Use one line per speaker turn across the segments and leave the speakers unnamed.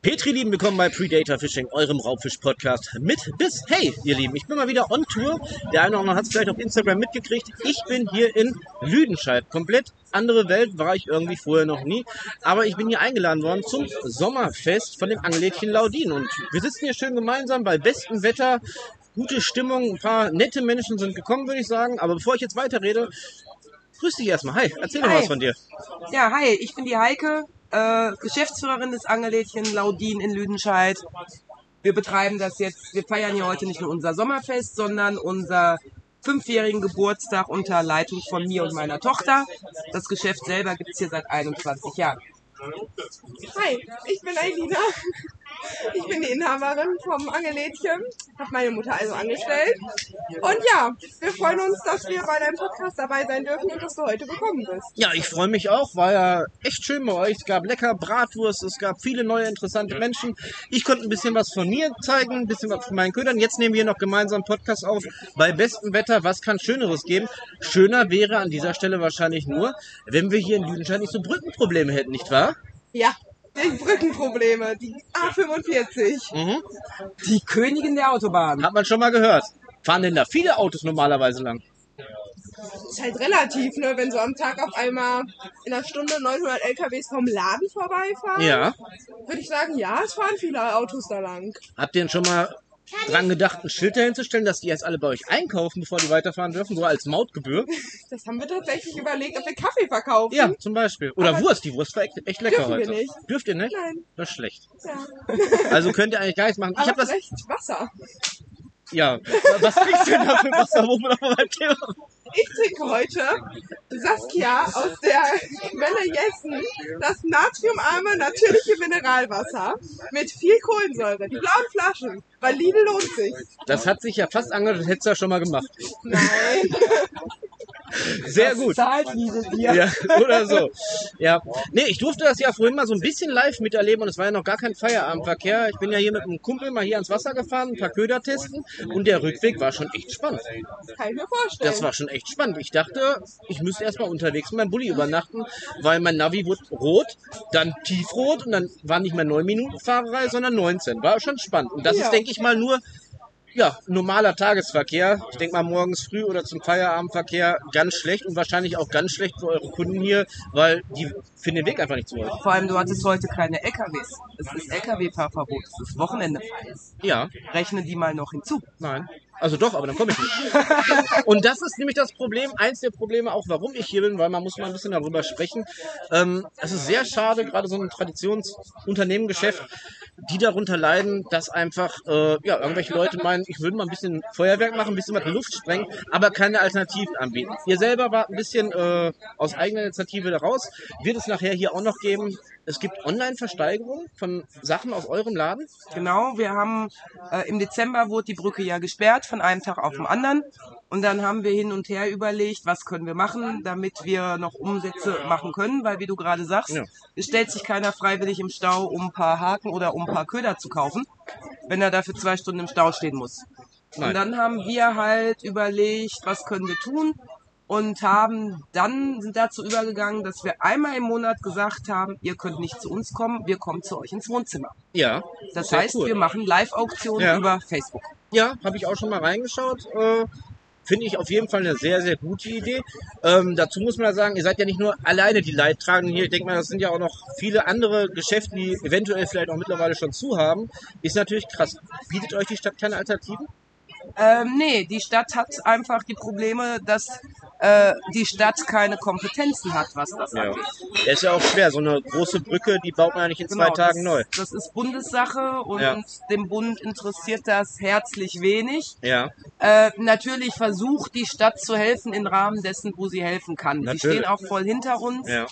Petri, lieben, willkommen bei Predator Fishing, eurem Raubfisch-Podcast mit bis. Hey, ihr Lieben, ich bin mal wieder on Tour. Der eine oder andere hat es vielleicht auf Instagram mitgekriegt. Ich bin hier in Lüdenscheid. Komplett andere Welt war ich irgendwie vorher noch nie. Aber ich bin hier eingeladen worden zum Sommerfest von dem Angelädchen Laudin. Und wir sitzen hier schön gemeinsam bei bestem Wetter. Gute Stimmung, ein paar nette Menschen sind gekommen, würde ich sagen. Aber bevor ich jetzt weiterrede, grüß dich erstmal. Hi, erzähl doch
Hi.
was von dir.
Ja, hi, ich bin die Heike, äh, Geschäftsführerin des Angelädchen Laudin in Lüdenscheid. Wir betreiben das jetzt, wir feiern hier heute nicht nur unser Sommerfest, sondern unser fünfjährigen Geburtstag unter Leitung von mir und meiner Tochter. Das Geschäft selber gibt's hier seit 21 Jahren.
Hi, ich bin Ailina. Ich bin die Inhaberin vom Angelädchen, habe meine Mutter also angestellt. Und ja, wir freuen uns, dass wir bei deinem Podcast dabei sein dürfen und dass du heute gekommen bist.
Ja, ich freue mich auch. War ja echt schön bei euch. Es gab lecker Bratwurst, es gab viele neue interessante Menschen. Ich konnte ein bisschen was von mir zeigen, ein bisschen was von meinen Ködern. Jetzt nehmen wir noch gemeinsam einen Podcast auf. Bei bestem Wetter, was kann Schöneres geben? Schöner wäre an dieser Stelle wahrscheinlich nur, wenn wir hier in Lüdenscheid nicht so Brückenprobleme hätten, nicht wahr?
Ja, die Brückenprobleme, die A45.
Mhm.
Die Königin der Autobahn.
Hat man schon mal gehört. Fahren denn da viele Autos normalerweise lang?
Ist halt relativ, ne, wenn so am Tag auf einmal in einer Stunde 900 LKWs vom Laden vorbeifahren.
Ja.
Würde ich sagen, ja, es fahren viele Autos da lang.
Habt ihr denn schon mal dran gedacht, ein Schild dahinzustellen, dass die erst alle bei euch einkaufen, bevor die weiterfahren dürfen, so als Mautgebühr?
Das haben wir tatsächlich überlegt, ob wir Kaffee verkaufen.
Ja, zum Beispiel. Oder
Mhm. Aber-
Wurst. Die Wurst war echt- echt lecker
Dürfen wir
heute.
nicht.
Dürft ihr nicht?
Nein.
Das ist schlecht.
ja.
Also könnt ihr eigentlich gar nichts machen. Ich
Aber
habe das.
vielleicht Wasser.
Ja. Was kriegst du denn da für Wasser, wo wir nochmal beim Thema
Ich trinke heute Saskia aus der Quelle Jessen das natriumarme natürliche Mineralwasser mit viel Kohlensäure. Die blauen Flaschen, weil Lidl lohnt sich.
Das hat sich ja fast angehört, das hättest du ja schon mal gemacht.
Nein.
Sehr gut.
Zahlt diese dir.
Ja, oder so. Ja. Nee, ich durfte das ja vorhin mal so ein bisschen live miterleben und es war ja noch gar kein Feierabendverkehr. Ich bin ja hier mit einem Kumpel mal hier ans Wasser gefahren, ein paar Köder testen und der Rückweg war schon echt spannend.
Das kann ich mir vorstellen.
Das war schon echt spannend. Ich dachte, ich müsste erstmal unterwegs in meinem Bulli übernachten, weil mein Navi wurde rot, dann tiefrot und dann waren nicht mehr neun Minuten Fahrerei, sondern 19. War schon spannend. Und das
Ja.
ist, denke ich mal, nur ja, normaler Tagesverkehr. Ich denke mal morgens früh oder zum Feierabendverkehr ganz schlecht und wahrscheinlich auch ganz schlecht für eure Kunden hier, weil die finden den Weg einfach nicht zu euch.
Vor allem, du hattest heute keine LKWs. Es ist LKW-Fahrverbot, es ist Wochenende frei.
Ja,
Rechne die mal noch hinzu.
Nein. Also doch, aber dann komme ich nicht. Und das ist nämlich das Problem, eins der Probleme auch, warum ich hier bin, weil man muss mal ein bisschen darüber sprechen. Ähm, es ist sehr schade, gerade so ein Traditionsunternehmengeschäft, die darunter leiden, dass einfach äh, ja, irgendwelche Leute meinen, ich würde mal ein bisschen Feuerwerk machen, ein bisschen was in die Luft sprengen, aber keine Alternativen anbieten. Ihr selber wart ein bisschen äh, aus eigener Initiative daraus. Wird es nachher hier auch noch geben, es gibt Online-Versteigerung von Sachen aus eurem Laden?
Genau, wir haben äh, im Dezember wurde die Brücke ja gesperrt von einem Tag auf den anderen und dann haben wir hin und her überlegt, was können wir machen, damit wir noch Umsätze machen können, weil wie du gerade sagst,
Ja.
es stellt sich keiner freiwillig im Stau, um ein paar Haken oder um ein paar Köder zu kaufen, wenn er dafür zwei Stunden im Stau stehen muss.
Nein.
Und dann haben wir halt überlegt, was können wir tun und haben dann sind dazu übergegangen, dass wir einmal im Monat gesagt haben, ihr könnt nicht zu uns kommen, wir kommen zu euch ins Wohnzimmer.
Ja.
Das
Sehr
heißt,
cool.
wir machen Live-Auktionen
Ja.
über Facebook.
Ja, habe ich auch schon mal reingeschaut. Äh, Finde ich auf jeden Fall eine sehr, sehr gute Idee. Ähm, dazu muss man ja sagen, ihr seid ja nicht nur alleine die Leidtragenden hier. Ich denke mal, das sind ja auch noch viele andere Geschäfte, die eventuell vielleicht auch mittlerweile schon zu haben. Ist natürlich krass. Bietet euch die Stadt keine Alternativen?
Ähm, nee, die Stadt hat einfach die Probleme, dass äh, die Stadt keine Kompetenzen hat, was das angeht.
Ja, Ist ja auch schwer. So eine große Brücke, die baut man ja nicht in zwei
Genau,
Tagen
das,
neu.
Das ist Bundessache und
Ja.
dem Bund interessiert das herzlich wenig.
Ja,
Äh, natürlich versucht die Stadt zu helfen im Rahmen dessen, wo sie helfen kann.
Natürlich.
Sie stehen auch voll hinter uns,
ja.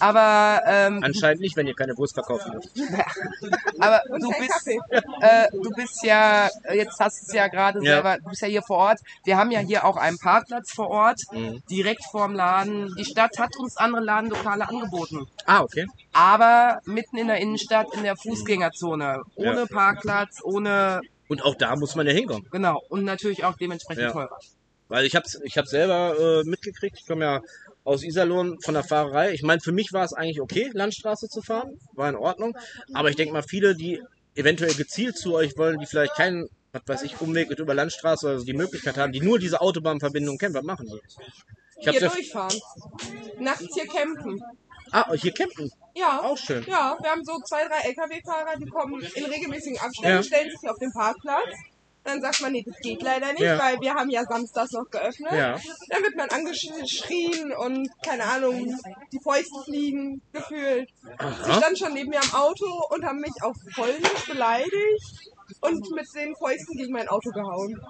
aber ähm,
Anscheinend nicht, wenn ihr keine Wurst verkaufen dürft.
Aber
Und
du
kein
bist,
Kaffee.
äh, du bist ja, äh, jetzt hast du es ja gerade
Ja.
selber, du bist ja hier vor Ort. Wir haben ja hier auch einen Parkplatz vor Ort,
Mhm.
direkt vorm Laden. Die Stadt hat uns andere Ladenlokale angeboten.
Ah, okay.
Aber mitten in der Innenstadt, in der Fußgängerzone. Ohne
Ja.
Parkplatz, ohne,
Und auch da muss man ja hinkommen.
genau. Und natürlich auch dementsprechend
Ja.
teurer.
Weil ich hab's, ich hab selber äh, mitgekriegt, ich komme ja aus Iserlohn von der Fahrerei. Ich meine, für mich war es eigentlich okay, Landstraße zu fahren, war in Ordnung. Aber ich denke mal, viele, die eventuell gezielt zu euch wollen, die vielleicht keinen, was weiß ich, Umweg über Landstraße oder so die Möglichkeit haben, die nur diese Autobahnverbindung kennen, was machen die? Ich
Hier
hab's ja,
durchfahren. Nachts hier campen.
ah, hier campen.
Ja.
Auch schön.
Ja, wir haben so zwei, drei LKW-Fahrer, die kommen in regelmäßigen Abständen,
Ja.
stellen sich auf den Parkplatz. Dann sagt man, nee, das geht leider nicht,
Ja.
weil wir haben ja samstags noch geöffnet.
Ja.
Dann wird man angeschrien und, keine Ahnung, die Fäuste fliegen, gefühlt. Ich stand schon neben mir am Auto und haben mich auf Polnisch beleidigt und mit den Fäusten gegen mein Auto gehauen.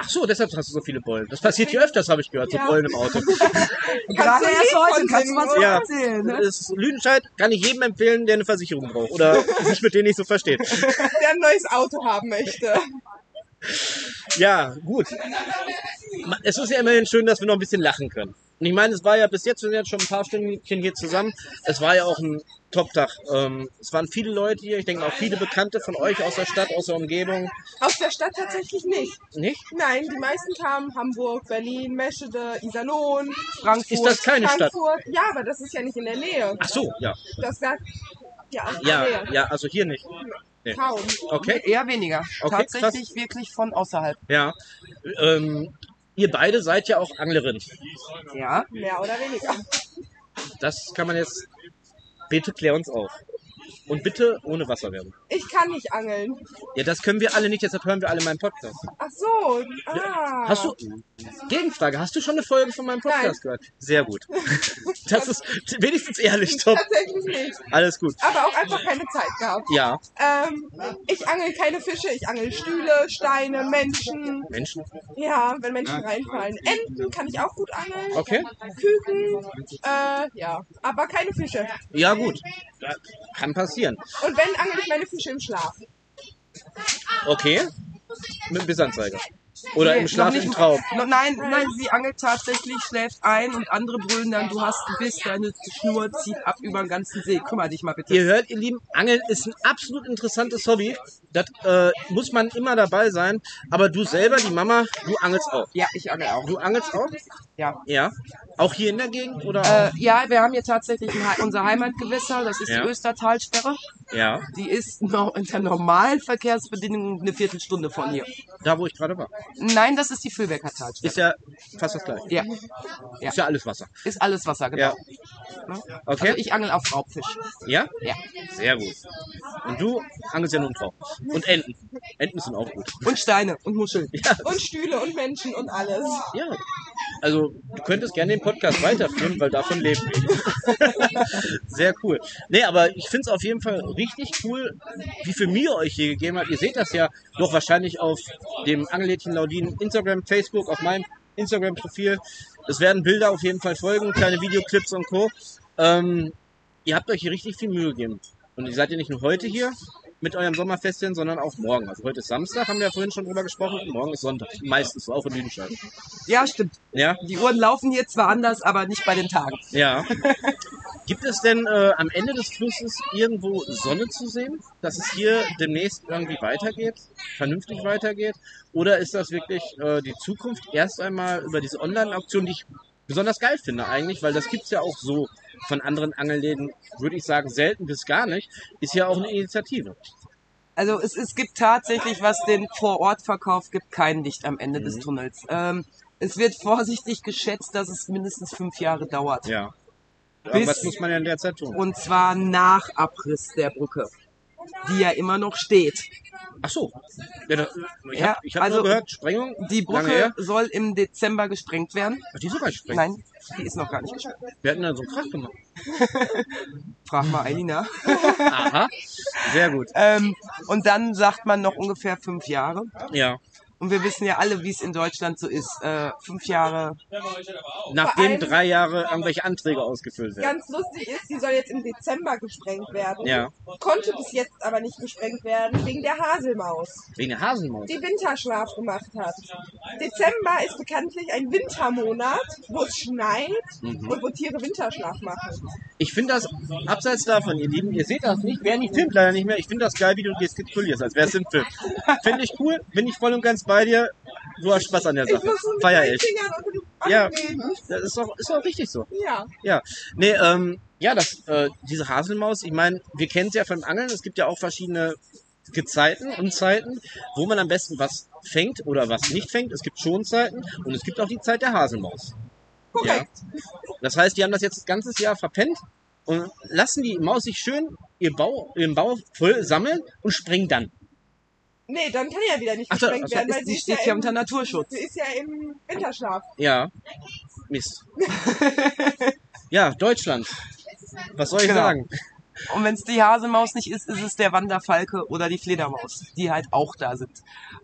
Ach so, deshalb hast du so viele Beulen. Das passiert hier öfters, habe ich gehört, so
Ja.
Beulen im Auto.
Kannst
Gerade
du ein
erst
Lied
heute,
von
kannst du
singen,
mal so
oder?
Ja.
erzählen, ne?
Das ist Lüdenscheid kann ich jedem empfehlen, der eine Versicherung braucht oder sich mit denen nicht so versteht.
Der ein neues Auto haben möchte.
Ja, gut. Ma- Es ist ja immerhin schön, dass wir noch ein bisschen lachen können. Und ich meine, es war ja bis jetzt, wir sind jetzt schon ein paar Stündchen hier zusammen, es war ja auch ein Top-Tag. Ähm, es waren viele Leute hier, ich denke auch viele Bekannte von euch aus der Stadt, aus der Umgebung.
Aus der Stadt tatsächlich nicht.
Nicht?
Nein, die meisten kamen Hamburg, Berlin, Meschede, Iserlohn,
Frankfurt.
Ist das keine Stadt?
Frankfurt. Ja, aber das ist ja nicht in der Nähe.
Ach so, ja.
Das wäre ja auch in der
Ja,
Nähe.
ja, also hier nicht. Nee.
Kaum.
Okay.
Eher weniger.
Okay,
Tatsächlich wirklich von außerhalb.
Ja. Ähm, ihr beide seid ja auch Anglerin.
Ja.
Mehr oder weniger.
Das kann man jetzt. Bitte klär uns auf. Und bitte ohne Wasserwerbung.
Ich kann nicht angeln.
Ja, das können wir alle nicht, deshalb hören wir alle meinen Podcast.
Ach so. Ah.
Hast du. Gegenfrage, hast du schon eine Folge von meinem Podcast
Nein.
gehört? Sehr gut. Das ist wenigstens ehrlich, top.
Tatsächlich nicht.
Alles gut.
Aber auch einfach keine Zeit gehabt.
Ja,
Ähm, ich angel keine Fische, ich angel Stühle, Steine, Menschen.
Menschen.
Ja, wenn Menschen reinfallen. Enten kann ich auch gut angeln.
Okay.
Küken. Äh, ja. Aber keine Fische.
Ja, gut. Ja, Kann passieren.
Und wenn, angel ich meine Fische im Schlaf.
Okay. Mit dem Bissanzeiger. Oder
Nee,
im
noch
Schlaf
nicht-
im Traum.
No, nein, nein, sie angelt tatsächlich, schläft ein und andere brüllen dann, du hast ein Biss, deine Schnur zieht ab über den ganzen See. Kümmer dich mal bitte.
Ihr hört, ihr Lieben, Angeln ist ein absolut interessantes Hobby. Das äh, muss man immer dabei sein. Aber du selber, die Mama, du angelst auch.
Ja, ich angel auch.
Du angelst auch?
Ja.
Ja. Auch hier in der Gegend oder?
Äh, ja, wir haben hier tatsächlich ein, Hei- unser Heimatgewässer, das ist
Ja.
die Östertalsperre.
ja.
Die ist noch unter normalen Verkehrsbedingungen eine Viertelstunde von hier.
Da, wo ich gerade war.
Nein, das ist die Füllbecker Talsperre.
Ist ja fast das gleiche.
Ja,
Ist ja alles Wasser.
ist alles Wasser,
Ja.
genau.
Okay.
Also ich angel auf Raubfisch.
Ja?
Ja.
Sehr gut. Und du angelst ja nun drauf. Und Enten. Enten sind auch gut.
Und Steine und Muscheln.
Und Stühle und Menschen und alles.
Ja. Also, du könntest gerne den Podcast weiterführen, weil davon leben wir. Sehr cool. Nee, aber ich finde es auf jeden Fall richtig cool, wie viel Mühe euch hier gegeben hat. Ihr seht das ja doch wahrscheinlich auf dem Angelädchen Laudin Instagram, Facebook, auf meinem Instagram-Profil. Es werden Bilder auf jeden Fall folgen, kleine Videoclips und Co. Ähm, ihr habt euch hier richtig viel Mühe gegeben. Und ihr seid ja nicht nur heute hier mit eurem Sommerfestchen, sondern auch morgen. Also heute ist Samstag, haben wir ja vorhin schon drüber gesprochen, und morgen ist Sonntag. Meistens, auch in Lüdenscheid.
Ja, stimmt.
Ja,
Die Uhren laufen hier zwar anders, aber nicht bei den Tagen.
ja. Gibt es denn äh, am Ende des Flusses irgendwo Sonne zu sehen, dass es hier demnächst irgendwie weitergeht, vernünftig weitergeht? Oder ist das wirklich äh, die Zukunft erst einmal über diese Online-Auktion, die ich besonders geil finde eigentlich, weil das gibt's ja auch so von anderen Angelläden, würde ich sagen, selten bis gar nicht, ist ja auch eine Initiative.
Also es, es gibt tatsächlich, was den Vorortverkauf gibt, kein Licht am Ende
Mhm.
des Tunnels. Ähm, es wird vorsichtig geschätzt, dass es mindestens fünf Jahre dauert.
Ja. Irgendwas
Bis-
muss man ja in der Zeit tun.
Und zwar nach Abriss der Brücke, die ja immer noch steht.
Ach so. Ja, da, ich
Ja,
habe hab
also-
nur gehört, Sprengung.
Die
lange her.
Brücke soll im Dezember gesprengt werden.
Ach, die ist sogar Sprengung.
Nein, die ist noch gar nicht gesprengt.
Wir hatten dann so einen Krach gemacht.
Frag mal Alina.
Aha, sehr gut.
Ähm, und dann sagt man noch ungefähr fünf Jahre.
Ja.
Und wir wissen ja alle, wie es in Deutschland so ist. Äh, fünf Jahre.
Nachdem
allem-
drei Jahre irgendwelche Anträge ausgefüllt werden.
Ganz lustig ist, sie soll jetzt im Dezember gesprengt werden.
Ja.
Konnte bis jetzt aber nicht gesprengt werden, wegen der Haselmaus,
Wegen der Hasenmaus.
die Winterschlaf gemacht hat. Dezember ist bekanntlich ein Wintermonat, wo es schneit
Mhm.
und wo Tiere Winterschlaf machen.
Ich finde das, abseits davon, ihr Lieben, ihr seht das nicht, wer nicht filmt, leider nicht mehr. Ich finde das geil, wie du gestikulierst, als wär's im Film. Finde ich cool, bin ich voll und ganz bei dir. Du hast Spaß an der
Ich
Sache.
muss so mit
Also Feier
meinen
ich.
Fingern unter die
Ja.
reden.
Das ist auch, ist auch richtig so.
Ja.
Ja. Nee, ähm, ja, das, äh, diese Haselmaus, ich meine, wir kennen es ja vom Angeln, es gibt ja auch verschiedene Gezeiten und Zeiten, wo man am besten was fängt oder was nicht fängt. Es gibt Schonzeiten und es gibt auch die Zeit der Haselmaus.
Korrekt.
Ja. Das heißt, die haben das jetzt das ganze Jahr verpennt und lassen die Maus sich schön ihr Bau, ihren Bau voll sammeln und springen dann.
Nee, dann kann ja wieder nicht
Ach so,
gesprengt
ach so,
werden, weil
Ist,
sie
die
ist
steht
ja,
ja
im,
unter Naturschutz.
sie ist ja im Winterschlaf.
Ja. Mist. ja, Deutschland. Was soll ich
Genau.
sagen?
Und wenn es die Hasemaus nicht ist, ist es der Wanderfalke oder die Fledermaus, die halt auch da sind.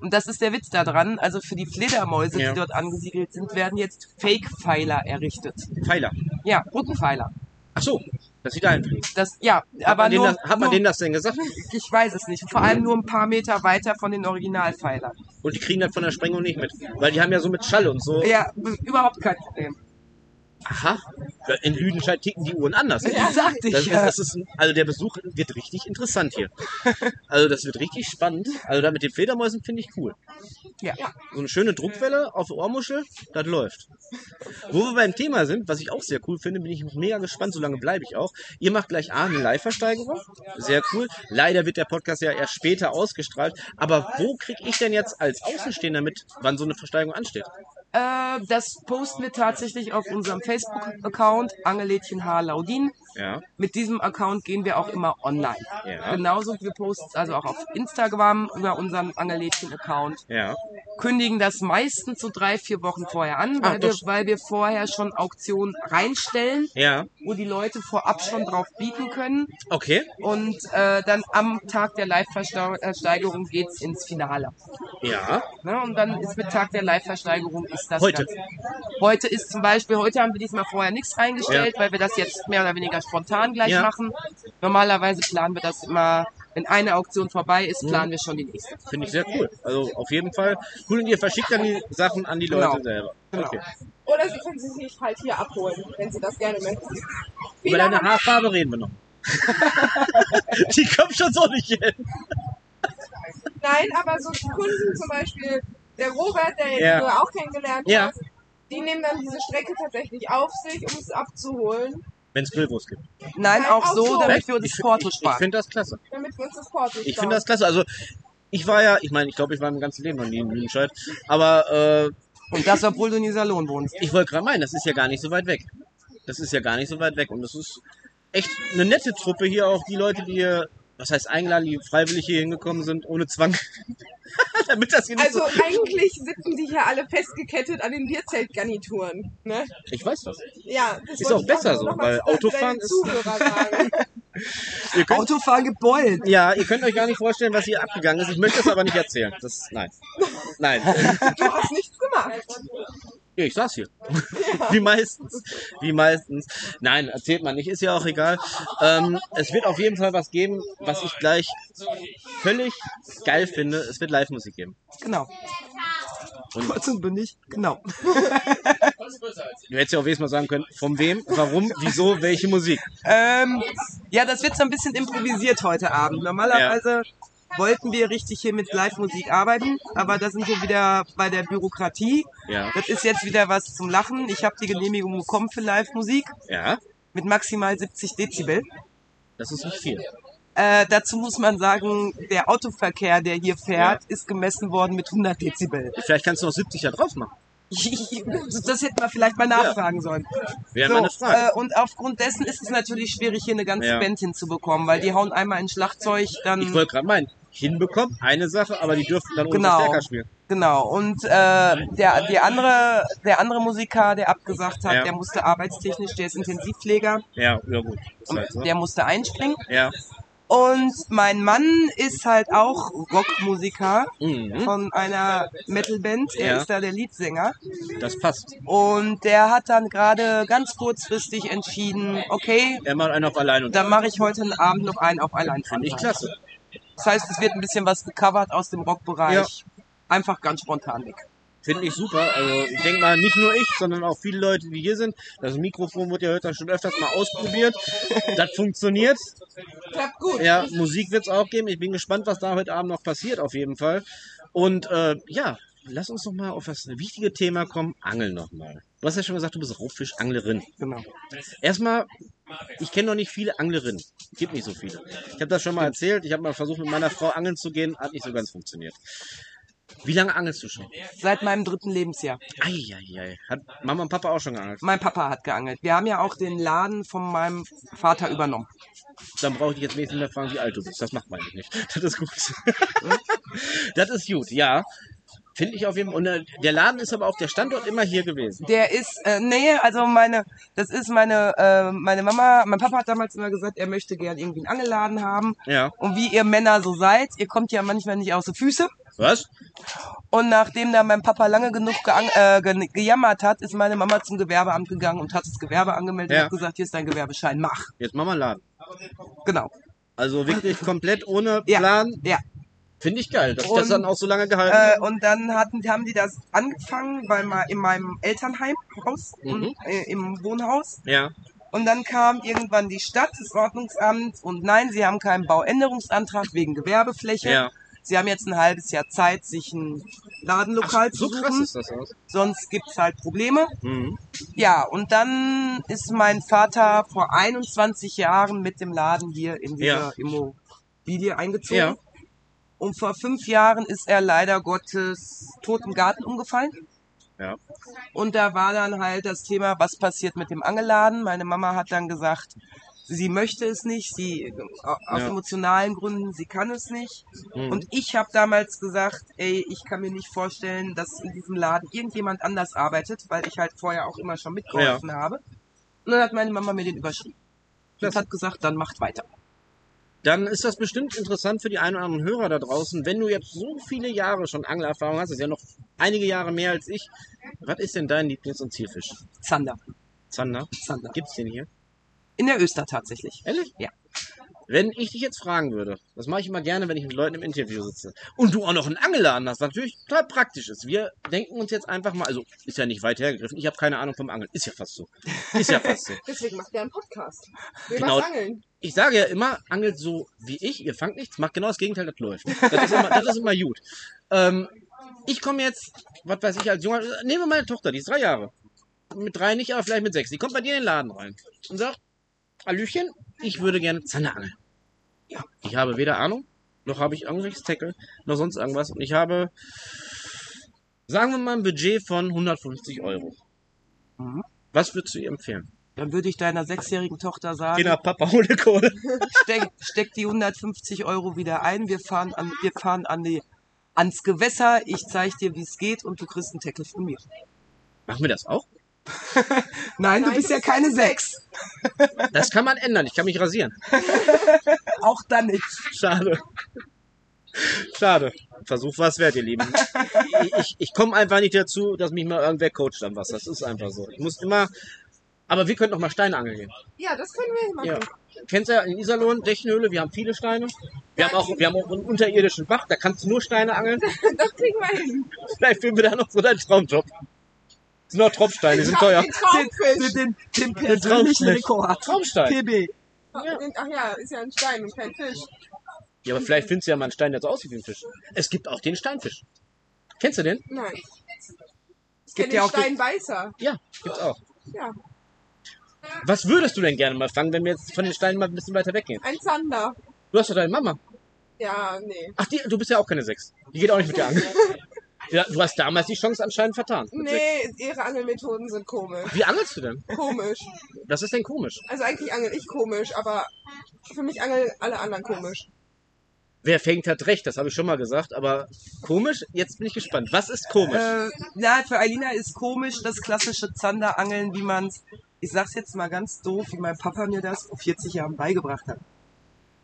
Und das ist der Witz daran. Also für die Fledermäuse,
Ja.
die dort angesiedelt sind, werden jetzt Fake-Pfeiler errichtet.
Pfeiler.
Ja, Brückenpfeiler.
Ach so, das sieht einfließen.
Das, ja,
Hat
aber
man,
nur,
denen das, hat man
nur
denen das denn gesagt?
ich weiß es nicht. Vor allem nur ein paar Meter weiter von den Originalpfeilern.
Und die kriegen das von der Sprengung nicht mit. Weil die haben ja so mit Schall und so.
Ja, b- überhaupt kein Problem.
Aha. In Lüdenscheid ticken die Uhren anders.
Ja, sagte ich
Das ist,
ja.
das ist, also der Besuch wird richtig interessant hier. Also das wird richtig spannend. Also da mit den Fledermäusen finde ich cool.
Ja.
So eine schöne Druckwelle auf Ohrmuschel, das läuft. Wo wir beim Thema sind, was ich auch sehr cool finde, bin ich mega gespannt, so lange bleibe ich auch. Ihr macht gleich A, eine Live-Versteigerung, sehr cool. Leider wird der Podcast ja erst später ausgestrahlt, aber wo kriege ich denn jetzt als Außenstehender mit, wann so eine Versteigerung ansteht?
Äh, das posten wir tatsächlich auf unserem Facebook-Account Angelädchen H. Laudin.
Ja,
Mit diesem Account gehen wir auch immer online.
Ja.
Genauso, wir posten es also auch auf Instagram über unseren Angelädchen-Account.
ja,
Kündigen das meistens so drei, vier Wochen vorher an, weil,
Ah,
wir,
doch.
weil wir vorher schon Auktionen reinstellen,
ja.
wo die Leute vorab schon drauf bieten können.
Okay.
Und äh, dann am Tag der Live-Versteigerung geht's ins Finale.
Ja,
Ne? Und dann ist mit Tag der Live-Versteigerung ist das
Heute.
Ganze. Heute ist zum Beispiel, heute haben wir diesmal vorher nichts reingestellt,
Ja.
weil wir das jetzt mehr oder weniger spontan gleich
Ja.
machen. Normalerweise planen wir das immer, wenn eine Auktion vorbei ist,
Mhm.
planen wir schon die nächste.
finde ich sehr cool. Also auf jeden Fall cool und ihr verschickt dann die Sachen an die Leute
Genau.
selber.
Genau.
Okay.
Oder sie können sie sich halt hier abholen, wenn sie das gerne möchten. Wie
Über deine
lange,
Haarfarbe reden wir noch. die kommt schon so nicht hin.
nein, aber so Kunden zum Beispiel, der Robert, der jetzt
Ja.
du auch kennengelernt
Ja.
hast, die nehmen dann diese Strecke tatsächlich auf sich, um es abzuholen,
Wenn es Grillwurst gibt.
Nein,
Nein,
auch
auch
so,
so.
damit
Echt?
wir uns
ich,
Porto
ich, ich
sparen.
finde das klasse.
damit wir uns das Porto
Ich
sparen.
finde das klasse. Also ich war ja, ich meine, ich glaube, ich war im ganzen Leben noch nie in Lüdenscheid. Aber äh,
Und das, obwohl du in Iserlohn wohnst.
ich wollte gerade meinen, das ist ja gar nicht so weit weg. Das ist ja gar nicht so weit weg. Und das ist echt eine nette Truppe hier, auch die Leute, die hier, was heißt eingeladen, die freiwillig hier hingekommen sind, ohne Zwang. Damit das hier nicht
also
so...
eigentlich sitzen die hier alle festgekettet an den Bierzeltgarnituren. Ne?
Ich weiß das.
Ja, das
Ist
wollte
auch
ich
besser
noch
so,
mal
weil
zu deinen
Autofahren ist-
Zuhörer sagen.
Ihr könnt,
Autofahren gebeult.
ja, ihr könnt euch gar nicht vorstellen, was hier abgegangen ist. Ich möchte das aber nicht erzählen. Das, nein. Nein.
Du hast nichts gemacht.
Ja, ich saß hier. Wie meistens. Wie meistens. Nein, erzählt man nicht, ist ja auch egal. Ähm, es wird auf jeden Fall was geben, was ich gleich völlig geil finde. Es wird Live-Musik geben.
Genau. Kurz und bündig. Genau.
Du hättest ja auch wenigstens mal sagen können, von wem, warum, wieso, welche Musik.
Ähm, ja, das wird so ein bisschen improvisiert heute Abend. Normalerweise wollten wir richtig hier mit Live-Musik arbeiten, aber da sind wir wieder bei der Bürokratie.
Ja.
Das ist jetzt wieder was zum Lachen. Ich habe die Genehmigung bekommen für Live-Musik
Ja,
mit maximal 70 Dezibel.
das ist nicht viel.
Äh, dazu muss man sagen, der Autoverkehr, der hier fährt, ist gemessen worden mit 100 Dezibel.
Vielleicht kannst du noch 70 da drauf machen.
Das hätten wir vielleicht mal nachfragen sollen.
Wäre
So,
meine Frage.
Äh, und aufgrund dessen ist es natürlich schwierig, hier eine ganze
Ja.
Band hinzubekommen, weil die hauen einmal ein Schlagzeug, dann
Ich wollte gerade meinen, hinbekommen, eine Sache, aber die dürften dann ohne
Genau.
Verstärker spielen.
genau. Und äh, der, die andere, der andere Musiker, der abgesagt hat,
Ja.
der musste arbeitstechnisch, der ist Intensivpfleger,
Ja, ja gut. Das
und
heißt, ne?
der musste einspringen.
Ja.
Und mein Mann ist halt auch Rockmusiker
Mhm.
von einer Metalband. Er
Ja.
ist da der Leadsänger.
Das passt.
Und der hat dann gerade ganz kurzfristig entschieden, okay,
Er macht einen auf allein und
dann mache ich heute einen Abend noch einen auf allein.
finde ich klasse.
Das heißt, es wird ein bisschen was gecovert aus dem Rockbereich. Einfach ganz spontan weg.
Finde ich super. Also ich denke mal, nicht nur ich, sondern auch viele Leute, die hier sind. Das Mikrofon wird ja heute schon öfters mal ausprobiert. Das funktioniert.
Klappt gut.
Ja, Musik wird es auch geben. Ich bin gespannt, was da heute Abend noch passiert, auf jeden Fall. Und äh, ja, lass uns noch mal auf das wichtige Thema kommen, Angeln noch mal. Du hast ja schon gesagt, du bist Raubfischanglerin.
Genau.
Erstmal, ich kenne noch nicht viele Anglerinnen. Gibt nicht so viele. Ich habe das schon mal erzählt. Ich habe mal versucht, mit meiner Frau angeln zu gehen. Hat nicht so ganz funktioniert. Wie lange angelst du schon?
Seit meinem dritten Lebensjahr.
Eieiei. Hat Mama und Papa auch schon geangelt.
Mein Papa hat geangelt. Wir haben ja auch den Laden von meinem Vater übernommen.
Dann brauche ich dich jetzt nicht mehr fragen, wie alt du bist. Das macht man nicht. Das ist gut. das ist gut, ja. Finde ich auf jeden Fall. Und äh, der Laden ist aber auch der Standort immer hier gewesen.
Der ist, äh, nee, also meine, das ist meine, äh, meine Mama, mein Papa hat damals immer gesagt, er möchte gern irgendwie einen Angelladen haben.
Ja.
Und wie ihr Männer so seid, ihr kommt ja manchmal nicht aus den Füßen.
Was?
Und nachdem da mein Papa lange genug geang- äh, ge gejammert hat, ist meine Mama zum Gewerbeamt gegangen und hat das Gewerbe angemeldet
Ja.
und hat gesagt, hier ist dein Gewerbeschein, mach.
Jetzt machen wir einen Laden.
Genau.
Also wirklich komplett ohne
Ja.
Plan.
Ja.
Finde ich geil, dass das
Und,
dann auch so lange gehalten
Äh, und dann hatten, haben die das angefangen bei, ma- in meinem Elternheimhaus,
Mhm.
äh, im Wohnhaus.
Ja.
Und dann kam irgendwann die Stadt, das Ordnungsamt und nein, sie haben keinen Bauänderungsantrag wegen Gewerbefläche.
Ja.
Sie haben jetzt ein halbes Jahr Zeit, sich ein Ladenlokal
so
zu
krass
suchen,
ist das aus.
sonst gibt's halt Probleme.
Mhm.
Ja, und dann ist mein Vater vor 21 Jahren mit dem Laden hier in diese
Ja.
Immobilie eingezogen.
Ja.
Und vor fünf Jahren ist er leider Gottes tot im Garten umgefallen.
Ja.
Und da war dann halt das Thema, was passiert mit dem Angelladen. Meine Mama hat dann gesagt, sie möchte es nicht, sie aus
Ja.
emotionalen Gründen, sie kann es nicht.
Mhm.
Und ich habe damals gesagt, ey, ich kann mir nicht vorstellen, dass in diesem Laden irgendjemand anders arbeitet, weil ich halt vorher auch immer schon mitgeholfen habe. Und dann hat meine Mama mir den überschrieben. Und
Klasse.
hat gesagt, dann macht weiter.
Dann ist das bestimmt interessant für die einen oder anderen Hörer da draußen, wenn du jetzt so viele Jahre schon Angelerfahrung hast, das ist ja noch einige Jahre mehr als ich. Was ist denn dein Lieblings- und Zielfisch?
Zander.
Zander?
Zander.
Gibt's den hier?
In der Öster tatsächlich.
Ehrlich?
Ja.
Wenn ich dich jetzt fragen würde, das mache ich immer gerne, wenn ich mit Leuten im Interview sitze, und du auch noch einen Angelladen hast, was natürlich total praktisch ist. Wir denken uns jetzt einfach mal, also ist ja nicht weit hergegriffen, ich habe keine Ahnung vom Angeln. Ist ja fast so. Ist ja fast so.
Deswegen macht ihr einen Podcast. Wir
Genau.
was angeln.
ich sage ja immer, angelt so wie ich, ihr fangt nichts, macht genau das Gegenteil, das läuft. Das ist immer, das ist immer gut. Ähm, ich komme jetzt, was weiß ich, als junger, nehmen wir meine Tochter, die ist drei Jahre. Mit drei nicht, aber vielleicht mit sechs. Die kommt bei dir in den Laden rein und sagt, Hallöchen, ich würde gerne Zander angeln. Ja, ich habe weder Ahnung, noch habe ich irgendwelches Tackle, noch sonst irgendwas. Und ich habe, sagen wir mal, ein Budget von 150 Euro.
Mhm.
Was würdest du ihr empfehlen?
Dann würde ich deiner sechsjährigen Tochter sagen,
Genau, Papa, hol die Kohle.
steck, steck die 150 Euro wieder ein. Wir fahren an, wir fahren an die, ans Gewässer. Ich zeige dir, wie es geht und du kriegst einen Tackle von mir.
Machen wir das auch?
Nein, du
Nein,
bist ja keine sechs.
Das kann man ändern, ich kann mich rasieren.
Auch dann nicht.
Schade. Schade. Versuch was wert, ihr Lieben. Ich, ich, ich komme einfach nicht dazu, dass mich mal irgendwer coacht am was. Das ist einfach so. Ich muss immer. Aber wir können noch mal Steine angeln. gehen.
Ja, das können wir machen.
Ja. Kennst ja in Iserlohn, Dächenhöhle, wir haben viele Steine. Wir haben auch, wir haben auch einen unterirdischen Bach, da kannst du nur Steine angeln.
Das kriegen wir hin.
Vielleicht finden wir da noch so deinen Traumjob. Das sind noch Tropfsteine, die sind teuer.
Den
Den, den,
Traumfisch.
den, den persönlichen
Traumfisch.
Rekord.
Traumstein.
PB.
Den, ach ja, ist ja ein Stein und kein Fisch.
Ja, aber vielleicht findest du ja mal einen Stein, der so aussieht wie ein Fisch. Es gibt auch den Steinfisch. Kennst du den?
Nein. Ich
Es
kenne
gibt
den
ja auch den,
Steinbeißer.
Ja, gibt's auch.
Ja,
Was würdest du denn gerne mal fangen, wenn wir jetzt von den Steinen mal ein bisschen weiter weggehen?
ein Zander.
Du hast doch deine Mama.
Ja, nee.
Ach, die, du bist ja auch keine Sechs. Die geht auch nicht mit dir an. Ja, du hast damals die Chance anscheinend vertan. Mit Sechs.
Nee, ihre Angelmethoden sind komisch.
Wie angelst du denn?
Komisch.
Das ist denn komisch.
Also eigentlich angel ich komisch, aber für mich angeln alle anderen komisch.
Wer fängt, hat recht, das habe ich schon mal gesagt. Aber komisch, jetzt bin ich gespannt. Was ist komisch?
äh, na, für Alina ist komisch das klassische Zanderangeln, wie man's, ich sag's jetzt mal ganz doof, wie mein Papa mir das vor 40 Jahren beigebracht hat.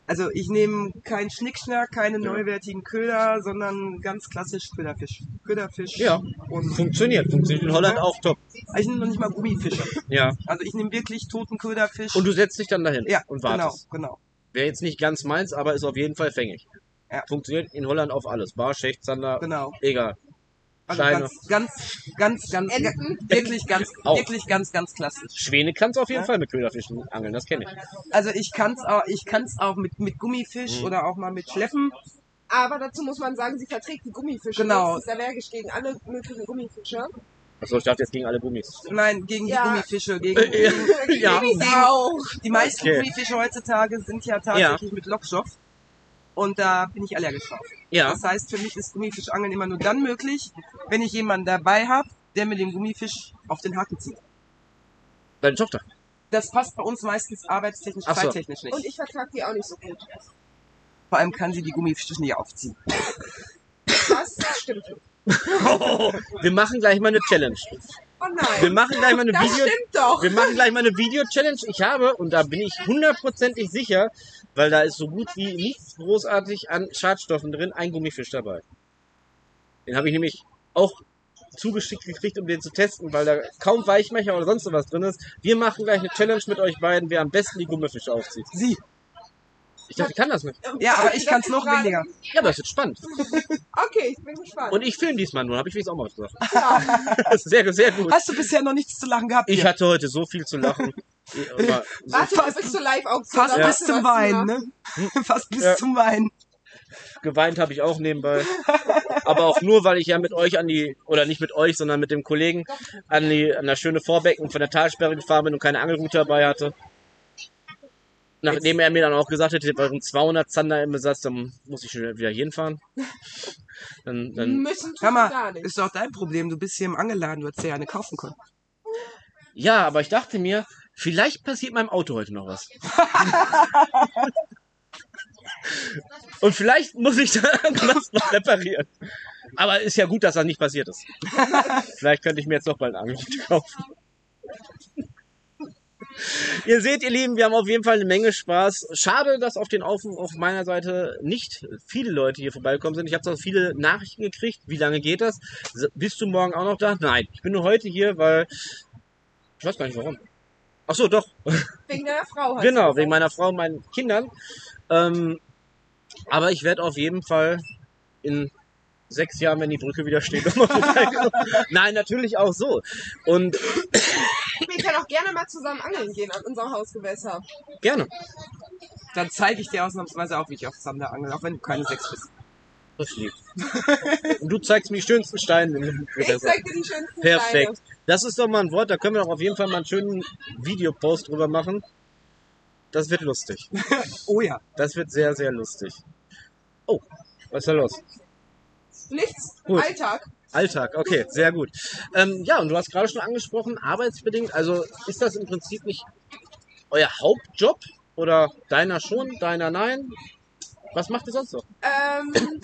Also ich nehme keinen Schnickschnack, keine neuwertigen Köder, sondern ganz klassisch Köderfisch. Köderfisch.
Ja.
Und also,
Funktioniert. Funktioniert in Holland auch top.
ich nehme noch nicht mal Gummifische.
Ja.
Also ich nehme wirklich toten Köderfisch.
Und du setzt dich dann dahin
ja,
und wartest.
genau, genau.
Wäre jetzt nicht ganz meins, aber ist auf jeden Fall fängig.
Ja.
Funktioniert in Holland auf alles. Bar, Schecht, Sander,
Genau.
egal.
Also
Steine.
ganz, ganz, ganz, ganz,
Enten.
wirklich ganz,
Auch.
wirklich ganz, ganz klassisch.
Schwäne kannst du auf jeden
Ja.
Fall mit Köderfischen angeln, das kenne ich.
Also ich kann's auch, ich kann's auch mit, mit Gummifisch
Mhm.
oder auch mal mit Schleppen.
Aber dazu muss man sagen, sie verträgt die Gummifische.
Genau.
Sie ist allergisch gegen alle möglichen Gummifische.
Achso, Also, ich dachte jetzt gegen alle Gummis.
Nein, gegen die
Ja.
Gummifische. Gegen,
Äh,
gegen,
ja.
Die Sau.
Die meisten
Okay.
Gummifische heutzutage sind ja tatsächlich mit Lockstoff. Und da bin ich allergisch drauf.
Ja.
Das heißt, für mich ist Gummifischangeln immer nur dann möglich, wenn ich jemanden dabei habe, der mir den Gummifisch auf den Haken zieht.
Deine Tochter.
Das passt bei uns meistens arbeitstechnisch,
Ach so.
zeittechnisch
Und
nicht.
ich vertrag die auch nicht so gut.
Vor allem kann sie die Gummifische nicht aufziehen.
Das stimmt nicht.
wir machen gleich mal eine Challenge.
Oh
Wir
nein.
machen gleich mal eine
Das
Video.
stimmt doch.
Wir machen gleich mal eine Video-Challenge. Ich habe, und da bin ich hundertprozentig sicher, weil da ist so gut wie nichts großartig an Schadstoffen drin, ein Gummifisch dabei. Den habe ich nämlich auch zugeschickt gekriegt, um den zu testen, weil da kaum Weichmacher oder sonst was drin ist. Wir machen gleich eine Challenge mit euch beiden, wer am besten die Gummifische aufzieht.
Sie.
Ich dachte, ich kann das nicht.
Ja, aber ich
Das
kann es
ist
noch
gerade-
weniger.
Ja, aber das wird spannend.
Okay, ich bin gespannt.
Und ich filme diesmal nur, habe ich wie es auch mal gesagt.
ja.
Sehr, sehr gut.
Hast du bisher noch nichts zu lachen gehabt?
Ich
hier?
hatte heute so viel zu lachen. Ich- aber so-
Warte mal bis zur Live-Auktion.
Fast
dann
bis
wissen
zum
wir, was
Weinen,
wir
ne? Fast bis
Hm? Ja.
zum Weinen.
Geweint habe ich auch nebenbei. Aber auch nur, weil ich ja mit euch an die, oder nicht mit euch, sondern mit dem Kollegen an die, an das schöne Vorbecken von der Talsperre gefahren bin und keine Angelrute dabei hatte. Nachdem er mir dann auch gesagt hätte, bei rund 200 Zander im Besatz, dann muss ich schon wieder hierhin fahren. Dann, dann,
Müssen tun
Hör
wir gar
mal,
nicht.
ist doch dein Problem. Du bist hier im Angelladen, du hättest ja eine kaufen können.
ja, aber ich dachte mir, vielleicht passiert meinem Auto heute noch was. und vielleicht muss ich dann was noch reparieren. Aber ist ja gut, dass das nicht passiert ist. Vielleicht könnte ich mir jetzt noch bald einen Angebot kaufen. Ihr seht, ihr Lieben, wir haben auf jeden Fall eine Menge Spaß. Schade, dass auf den Aufruf auf meiner Seite nicht viele Leute hier vorbeigekommen sind. Ich habe zwar viele Nachrichten gekriegt. Wie lange geht das? S- Bist du morgen auch noch da? Nein, ich bin nur heute hier, weil ich weiß gar nicht warum. Ach so, doch.
Wegen deiner Frau. hast du
Genau,
gesagt.
wegen meiner Frau und meinen Kindern. Ähm, aber ich werde auf jeden Fall in sechs Jahren, wenn die Brücke wieder steht, nochmal vorbeikommen. Nein, natürlich auch so. Und
Wir können auch gerne mal zusammen angeln gehen an unserem Hausgewässer.
gerne.
Dann zeige ich dir ausnahmsweise auch, wie ich auf Zander angel, auch wenn du keine Sechs bist.
Das ist lieb. Und du zeigst mir die schönsten Steine. im
Ich
Gewässer.
zeig dir die schönsten
Perfekt.
Steine.
Das ist doch mal ein Wort, da können wir doch auf jeden Fall mal einen schönen Videopost drüber machen. Das wird lustig.
Oh ja.
Das wird sehr, sehr lustig. Oh, was ist da los?
Nichts.
Gut.
Alltag.
Alltag, okay, sehr gut. Ähm, ja, und du hast gerade schon angesprochen, arbeitsbedingt, also ist das im Prinzip nicht euer Hauptjob oder deiner schon, deiner nein? Was macht ihr sonst so?
Ähm,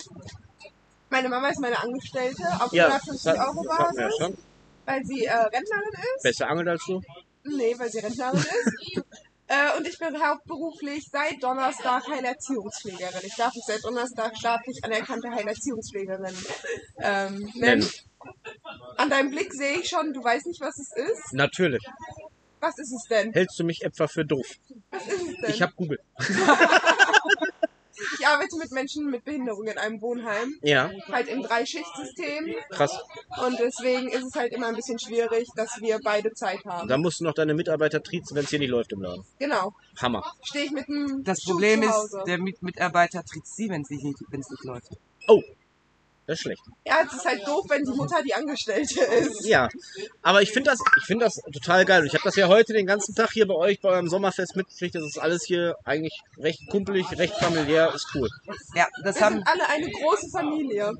meine Mama ist meine Angestellte auf
das
150
hat-
Euro
das hatten wir ja
Basis,
schon.
weil sie äh, Rentnerin ist.
Besser angelt als du.
Nee, weil sie Rentnerin ist. Äh, und ich bin hauptberuflich seit Donnerstag Heilerziehungspflegerin. Ich darf mich seit Donnerstag staatlich anerkannte Heilerziehungspflegerin ähm, nennen.
Nennen.
An deinem Blick sehe ich schon, du weißt nicht, was es ist.
Natürlich.
Was ist es denn?
Hältst du mich etwa für doof?
Was ist es denn?
Ich habe Google.
ich arbeite mit Menschen mit Behinderung in einem Wohnheim.
Ja,
Halt im Dreischichtsystem.
krass.
Und deswegen ist es halt immer ein bisschen schwierig, dass wir beide Zeit haben.
Da musst du noch deine Mitarbeiter triezen, wenn es hier nicht läuft im Laden.
Genau.
Hammer.
Stehe ich mit dem
Das
Schuh
Problem
zu
ist,
Hause.
der Mit- Mitarbeiter tritt sie, wenn es nicht, wenn's nicht läuft.
Oh, das ist schlecht.
Ja, es ist halt doof, wenn die Mutter die Angestellte ist.
Ja, aber ich finde das, ich finde das total geil. Und Ich habe das ja heute den ganzen Tag hier bei euch bei eurem Sommerfest mitgekriegt. Das ist alles hier eigentlich recht kumpelig, recht familiär, ist cool.
Ja, das
Wir
haben,
sind alle eine große Familie.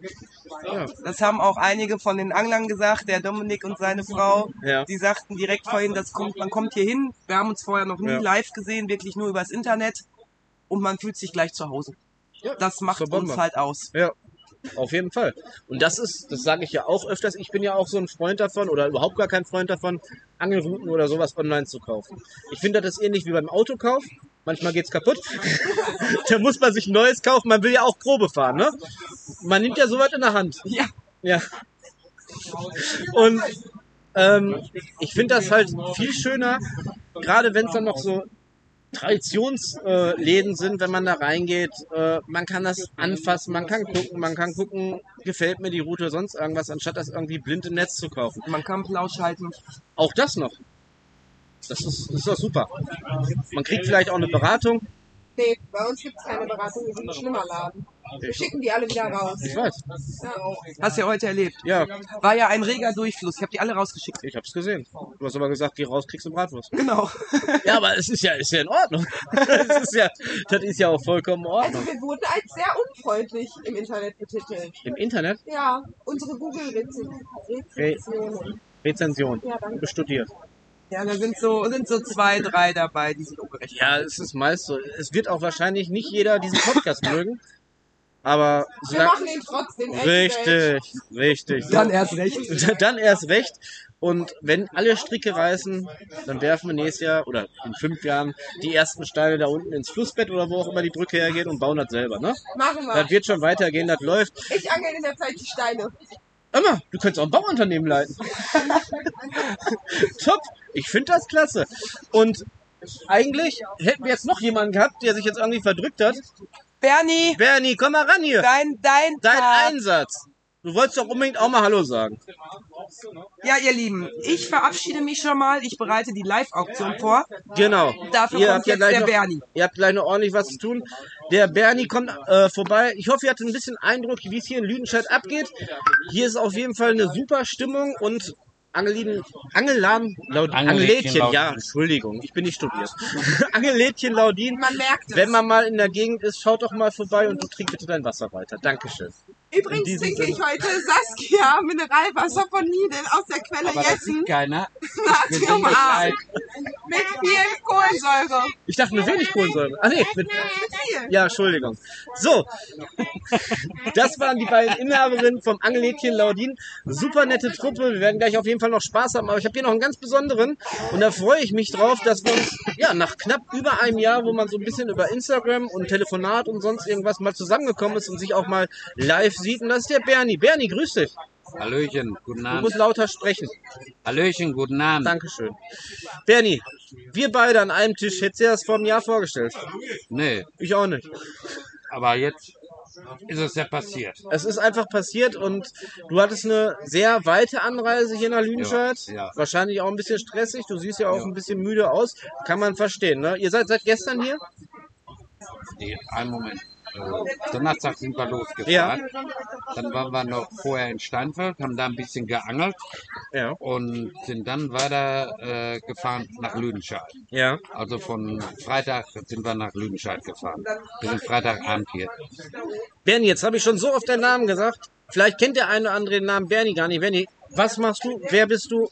Ja,
das haben auch einige von den Anglern gesagt, der Dominik und seine Frau.
Ja.
Die sagten direkt vorhin, das kommt, man kommt hier hin. Wir haben uns vorher noch nie
Ja.
live gesehen, wirklich nur übers Internet. Und man fühlt sich gleich zu Hause.
Ja,
Das macht
so Bombe.
uns halt aus.
ja. Auf jeden Fall. Und das ist, das sage ich ja auch öfters, ich bin ja auch so ein Freund davon oder überhaupt gar kein Freund davon, Angelrouten oder sowas online zu kaufen. Ich finde das ist ähnlich wie beim Autokauf. Manchmal geht's kaputt. da muss man sich ein neues kaufen. Man will ja auch Probe fahren, ne? Man nimmt ja sowas in der Hand.
Ja,
Ja. Und ähm, ich finde das halt viel schöner, gerade wenn es dann noch so Traditionsläden äh, Läden sind, wenn man da reingeht. Äh, man kann das anfassen, man kann gucken, man kann gucken, gefällt mir die Route, sonst irgendwas, anstatt das irgendwie blind im Netz zu kaufen.
man kann Plausch halten.
Auch das noch. Das ist, das ist doch super. Man kriegt vielleicht auch eine Beratung.
Nee, bei uns gibt es keine Beratung, wir sind ein schlimmer Laden.
Ich,
Schicken die alle wieder raus.
ich weiß.
Ja.
Hast du ja heute erlebt.
Ja,
War ja ein reger Durchfluss. Ich habe die alle rausgeschickt.
ich hab's gesehen. Du hast aber gesagt, geh raus, kriegst du Bratwurst.
Genau.
Ja, aber es ist ja, ist ja in Ordnung. Das ist ja, das ist ja auch vollkommen in
Also
Ordnung.
wir wurden als sehr unfreundlich im Internet betitelt.
Im Internet
Ja, unsere Google-Rezensionen.
Rezension.
Ja, danke.
Studiert.
Ja, da sind so, sind so zwei, drei dabei, die sind ungerecht.
Ja, es ist meist so. Es wird auch wahrscheinlich nicht jeder diesen Podcast mögen. Aber
Wir
solange.
machen den trotzdem. echt selbst.
Richtig, richtig. So.
Dann erst recht.
Dann erst recht. Und wenn alle Stricke reißen, dann werfen wir nächstes Jahr oder in fünf Jahren die ersten Steine da unten ins Flussbett oder wo auch immer die Brücke hergeht und bauen das selber. Ne?
Machen wir.
Das wird schon weitergehen, das läuft.
Ich angel in der Zeit die Steine.
Immer, du könntest auch ein Bauunternehmen leiten. Top, ich finde das klasse. Und eigentlich hätten wir jetzt noch jemanden gehabt, der sich jetzt irgendwie verdrückt hat.
Bernie,
Bernie, komm mal ran hier.
dein, dein,
Dein
Part.
Einsatz. Du wolltest doch unbedingt auch mal Hallo sagen.
Ja, ihr Lieben, ich verabschiede mich schon mal. Ich bereite die Live-Auktion vor.
Genau.
Dafür kommt jetzt der
noch,
Bernie.
Ihr habt gleich noch ordentlich was zu tun. Der Bernie kommt äh, vorbei. Ich hoffe, ihr hattet ein bisschen Eindruck, wie es hier in Lüdenscheid abgeht. Hier ist auf jeden Fall eine super Stimmung und Angelin, Angelan, Laud,
Angelädchen
Angelädchen, ja,
Laudin.
Entschuldigung, ich bin nicht studiert. Angelädchen Laudin,
Man merkt es.
wenn man mal in der Gegend ist, schaut doch mal vorbei und du trink bitte dein Wasser weiter. Dankeschön.
Übrigens
diesem
trinke ich
Sinne.
heute Saskia Mineralwasser von Nidel aus der Quelle
Aber das ne?
Jessen
sieht keiner.
Natrium A mit viel Kohlensäure.
Ich dachte nur wenig Kohlensäure. Ah nee, mit,
Viel.
Ja, Entschuldigung. So, das waren die beiden Inhaberinnen vom Angelädchen Laudin. Super nette Truppe. Wir werden gleich auf jeden Fall noch Spaß haben. Aber ich habe hier noch einen ganz besonderen. Und da freue ich mich drauf, dass wir uns ja, nach knapp über einem Jahr, wo man so ein bisschen über Instagram und Telefonat und sonst irgendwas mal zusammengekommen ist und sich auch mal live sieht. Und das ist der Bernie. Bernie, grüß dich.
Hallöchen, guten
Du
Abend.
musst lauter sprechen.
Hallöchen, guten Abend.
Dankeschön. Bernie, wir beide an einem Tisch. Hättest du dir das vor einem Jahr vorgestellt?
Nee,
Ich auch nicht.
aber jetzt ist es ja passiert.
Es ist einfach passiert und du hattest eine sehr weite Anreise hier nach Lüdenscheid.
Ja, ja.
Wahrscheinlich auch ein bisschen stressig. Du siehst ja auch ein bisschen müde aus. Kann man verstehen. Ne? Ihr seid seit gestern hier?
Nee, einen Moment. Äh, Donnerstag sind wir losgefahren. Dann waren wir noch vorher in Steinfeld, haben da ein bisschen geangelt
Ja.
und sind dann weiter äh, gefahren nach Lüdenscheid.
Ja.
Also von Freitag sind wir nach Lüdenscheid gefahren. Wir sind Freitagabend hier.
Bernie, jetzt habe ich schon so oft deinen Namen gesagt. Vielleicht kennt der eine oder andere den Namen Bernie gar nicht. Bernie, was machst du? Wer bist du?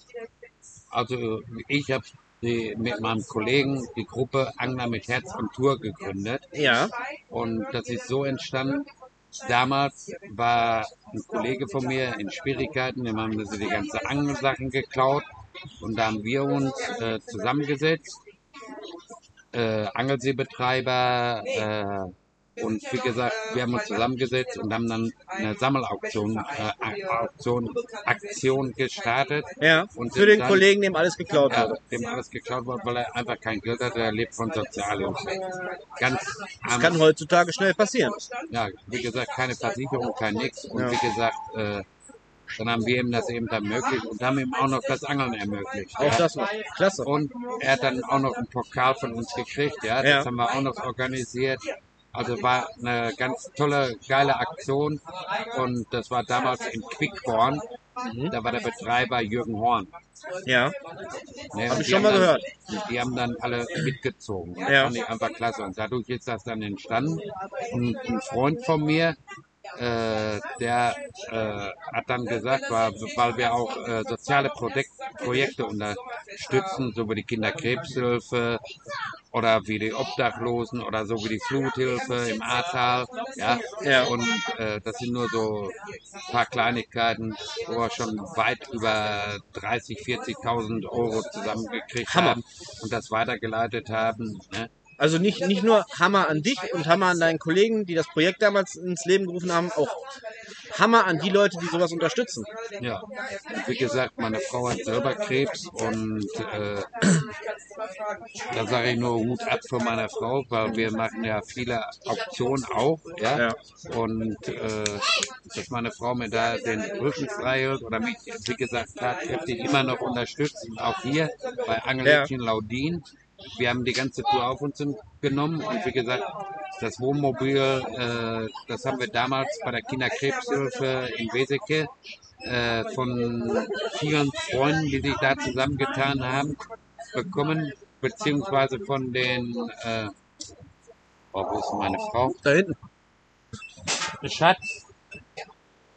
Also ich habe mit meinem Kollegen die Gruppe Angler mit Herz und Tour gegründet.
Ja.
Und das ist so entstanden. Damals war ein Kollege von mir in Schwierigkeiten, dem haben sie die ganze Angelsachen geklaut. Und da haben wir uns äh, zusammengesetzt, äh, Angelseebetreiber äh, und wie gesagt, wir haben uns zusammengesetzt und haben dann eine Sammelauktion äh, Auktion, Aktion gestartet.
Ja.
Und
Für den
dann-
Kollegen, dem alles geklaut
ja,
wurde.
dem alles geklaut wurde, weil er einfach kein Geld hatte, er lebt von Sozialhilfe. Ganz
Das kann heutzutage schnell passieren.
ja, wie gesagt, keine Versicherung, kein Nix. Und
Ja.
wie gesagt, äh, dann haben wir ihm das eben ermöglicht und haben ihm auch noch das Angeln ermöglicht.
Auch
ja.
das noch. Klasse.
Und er hat dann auch noch einen Pokal von uns gekriegt, ja. Das
Ja.
haben wir auch noch organisiert. Also war eine ganz tolle, geile Aktion. Und das war damals in Quickborn.
Mhm.
Da war der Betreiber Jürgen Horn.
Ja.
Ne,
Hab
und
ich
die
schon mal
haben dann-
gehört.
Die haben dann alle mitgezogen. Das
Ja.
fand ich einfach klasse. Und dadurch ist das dann entstanden. Und ein Freund von mir, äh, der äh, hat dann gesagt, war, weil wir auch äh, soziale Projek Projekte unterstützen, so wie die Kinderkrebshilfe oder wie die Obdachlosen oder so wie die Fluthilfe im Ahrtal. Ja?
Ja.
Und äh, das sind nur so ein paar Kleinigkeiten, wo wir schon weit über 30, 40.000 Euro zusammengekriegt
Hammer.
haben und das weitergeleitet haben. Ne?
Also nicht, nicht nur Hammer an dich und Hammer an deinen Kollegen, die das Projekt damals ins Leben gerufen haben, auch Hammer an die Leute, die sowas unterstützen.
Ja, wie gesagt, meine Frau hat selber Krebs und äh, da sage ich nur Hut ab für meine Frau, weil wir machen ja viele Auktionen auch, ja,
Ja.
und äh, dass meine Frau mir da den Rücken frei hält oder mich, wie gesagt, tatkräftig immer noch unterstützt, auch hier bei Angelchen Laudin, Wir haben die ganze Tour auf uns genommen und wie gesagt, das Wohnmobil, äh, das haben wir damals bei der Kinderkrebshilfe in Weseke äh, von vielen Freunden, die sich da zusammengetan haben, bekommen, beziehungsweise von den, äh, oh, wo ist meine Frau?
Da hinten.
Schatz,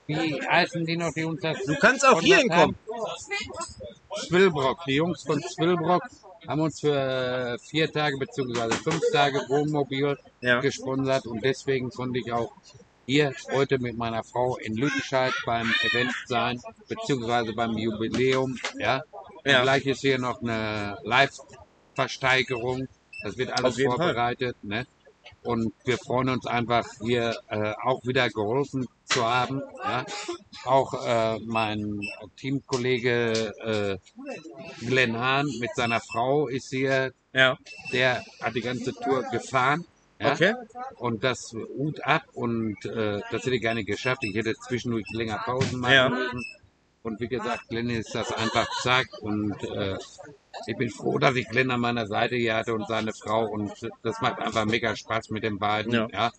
wie heißen die noch, die uns das
Du kannst auch hier hinkommen.
Zwillbrock, die Jungs von Zwillbrock haben uns für äh, vier Tage bzw. fünf Tage Wohnmobil
Ja.
gesponsert und deswegen konnte ich auch hier heute mit meiner Frau in Lüdenscheid beim Event sein, beziehungsweise beim Jubiläum. Ja.
Ja.
Und gleich ist hier noch eine Live-Versteigerung. Das wird alles
Auf jeden Fall.
vorbereitet. Ne? Und wir freuen uns einfach, hier äh, auch wieder geholfen zu haben. Ja? Auch äh, mein Teamkollege äh, Glenn Hahn mit seiner Frau ist hier.
Ja.
Der hat die ganze Tour gefahren. Ja?
Okay.
Und das Hut ab und äh, das hätte ich gerne geschafft. Ich hätte zwischendurch länger Pausen machen
Ja.
müssen. Und wie gesagt, Glenn ist das einfach zack. Und äh, ich bin froh, dass ich Glenn an meiner Seite hier hatte und seine Frau. Und das macht einfach mega Spaß mit den beiden.
Ja.
Ja.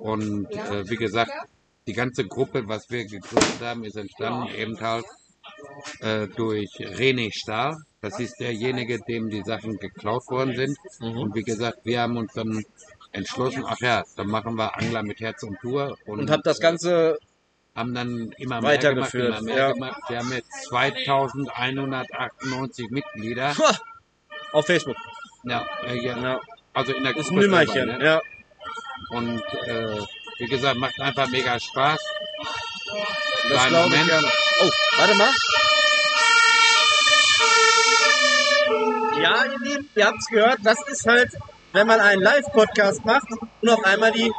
Und äh, wie gesagt, die ganze Gruppe, was wir gegründet haben, ist entstanden eben halt äh, durch René Stahl. Das ist derjenige, dem die Sachen geklaut worden sind.
Mhm.
Und wie gesagt, wir haben uns dann entschlossen, ach ja, dann machen wir Angler mit Herz und Tour.
Und hab das Ganze
haben dann immer mehr gemacht,
Weitergeführt,
immer mehr
ja.
gemacht. Wir haben jetzt 2198 Mitglieder.
Puh, auf Facebook.
Ja, äh, ja,
Ja.
Also in der
Ist ein
Gruppe selber,
Nimmerchen.
ne?
Ja.
Und äh, wie gesagt, macht einfach mega Spaß.
Das
Kleinen
glaube ich
Moment.
gerne. Oh, warte mal. Ja, ihr Lieben, ihr habt's gehört. Das ist halt, wenn man einen Live-Podcast macht und auf einmal die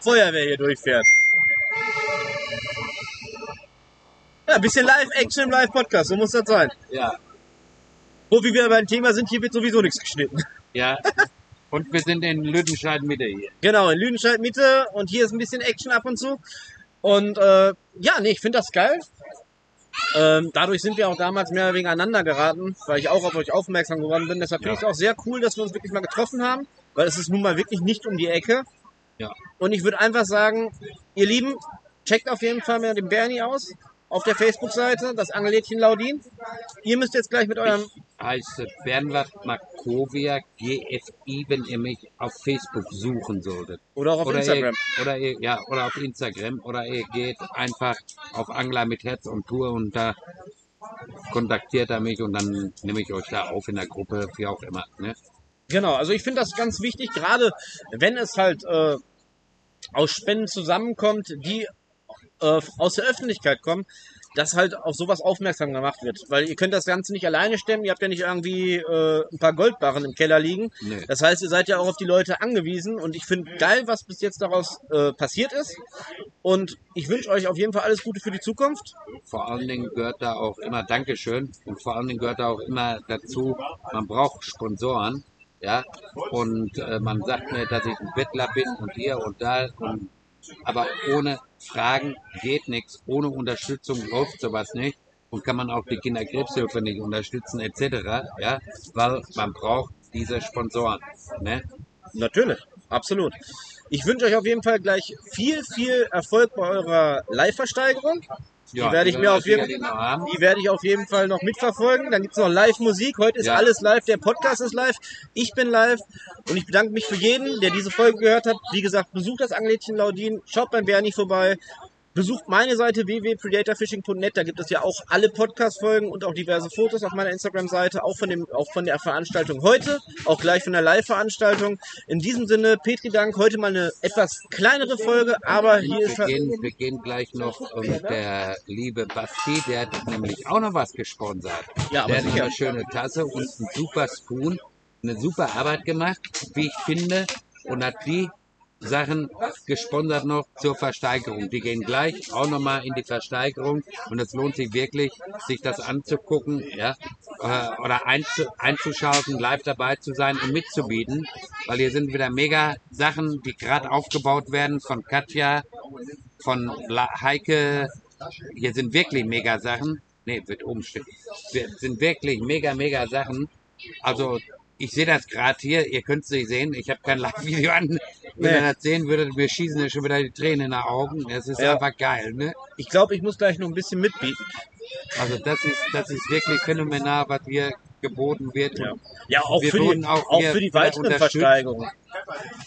Feuerwehr hier durchfährt. Ja, ein bisschen Live-Action im Live-Podcast, so muss das sein.
Ja.
Wo wir wieder beim Thema sind, hier wird sowieso nichts geschnitten.
Ja. Und wir sind in Lüdenscheid Mitte hier.
Genau, in Lüdenscheid Mitte und hier ist ein bisschen Action ab und zu. Und äh, ja, nee, ich finde das geil. Ähm, dadurch sind wir auch damals mehr wegen aneinander geraten, weil ich auch auf euch aufmerksam geworden bin. Deshalb finde
Ja.
ich es auch sehr cool, dass wir uns wirklich mal getroffen haben, weil es ist nun mal wirklich nicht um die Ecke.
Ja.
Und ich würde einfach sagen, ihr Lieben, checkt auf jeden Fall mal den Bernie aus auf der Facebook-Seite, das Angelädchen Laudin. Ihr müsst jetzt gleich mit eurem...
Heißt Bernhard Markovia GFI, wenn ihr mich auf Facebook suchen solltet.
Oder auch auf
oder
Instagram.
Ihr, oder ihr, ja, oder auf Instagram. Oder ihr geht einfach auf Angler mit Herz und Tour und da kontaktiert er mich und dann nehme ich euch da auf in der Gruppe, wie auch immer. Ne?
Genau, also ich finde das ganz wichtig, gerade wenn es halt äh, aus Spenden zusammenkommt, die äh, aus der Öffentlichkeit kommen, dass halt auf sowas aufmerksam gemacht wird. Weil ihr könnt das Ganze nicht alleine stemmen, ihr habt ja nicht irgendwie äh, ein paar Goldbarren im Keller liegen.
Nee.
Das heißt, ihr seid ja auch auf die Leute angewiesen und ich finde geil, was bis jetzt daraus äh, passiert ist. Und ich wünsche euch auf jeden Fall alles Gute für die Zukunft.
Vor allen Dingen gehört da auch immer Dankeschön und vor allen Dingen gehört da auch immer dazu, man braucht Sponsoren. Ja, und äh, man sagt mir, dass ich ein Bettler bin und hier und da. Und, aber ohne Fragen geht nichts. Ohne Unterstützung läuft sowas nicht. Und kann man auch die Kinderkrebshilfe nicht unterstützen, etc. Ja, weil man braucht diese Sponsoren. Ne?
Natürlich, absolut. Ich wünsche euch auf jeden Fall gleich viel, viel Erfolg bei eurer Live-Versteigerung.
Ja,
werde ich
die
mir auf jeden-
sicherlich noch haben.
Die werde ich auf jeden Fall noch mitverfolgen. Dann gibt's noch Live-Musik. Heute ist
Ja.
alles live. Der Podcast ist live. Ich bin live. Und ich bedanke mich für jeden, der diese Folge gehört hat. Wie gesagt, besucht das Angelädchen Laudin. Schaut beim Bernie vorbei. Besucht meine Seite www.predatorfishing.net. Da gibt es ja auch alle Podcast-Folgen und auch diverse Fotos auf meiner Instagram-Seite. Auch von dem, auch von der Veranstaltung heute. Auch gleich von der Live-Veranstaltung. In diesem Sinne, Petri Dank. Heute mal eine etwas kleinere Folge. Aber hier ist, ne?
Wir gehen, wir gehen gleich noch und der liebe Basti, der hat nämlich auch noch was gesponsert.
Ja, aber
der hat
sicher.
eine schöne Tasse und einen super Spoon, eine super Arbeit gemacht, wie ich finde, und hat die Sachen gesponsert noch zur Versteigerung. Die gehen gleich auch nochmal in die Versteigerung und es lohnt sich wirklich, sich das anzugucken, ja, äh, oder einzu, einzuschalten, live dabei zu sein und mitzubieten, weil hier sind wieder mega Sachen, die gerade aufgebaut werden von Katja, von La Heike. Hier sind wirklich mega Sachen. Nee, wird oben stehen. Wir sind wirklich mega, mega Sachen. Also ich sehe das gerade hier, ihr könnt es nicht sehen, ich habe kein Live-Video an. Wenn
Nee.
ihr das sehen würdet, mir schießen ja schon wieder die Tränen in die Augen. Das ist
Ja.
einfach geil, ne?
Ich glaube, ich muss gleich noch ein bisschen mitbieten.
Also das ist, das ist wirklich phänomenal, was hier geboten wird.
Ja, ja auch,
Wir
für die,
wurden
auch,
auch hier
für die
wieder
weiteren
unterstützt.
Versteigerungen.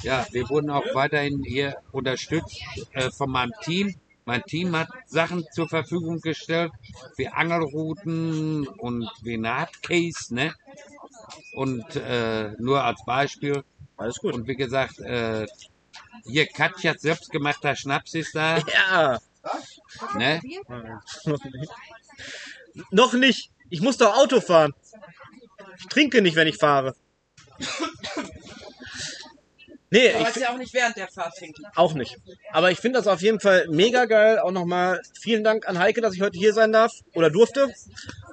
Ja, wir wurden auch weiterhin hier unterstützt äh, von meinem Team. Mein Team hat Sachen zur Verfügung gestellt, wie Angelrouten und wie Nahtcase, ne? Und äh, nur als Beispiel.
Alles gut.
Und wie gesagt, äh, hier Katjas selbstgemachter Schnaps ist da,
ja.
ne?
noch nicht. Ich muss doch Auto fahren. Ich trinke nicht, wenn ich fahre. Nee,
Aber
ich,
es ist ja auch nicht während der Fahrt trinken.
Auch nicht. Aber ich finde das auf jeden Fall mega geil. Auch nochmal vielen Dank an Heike, dass ich heute hier sein darf oder durfte.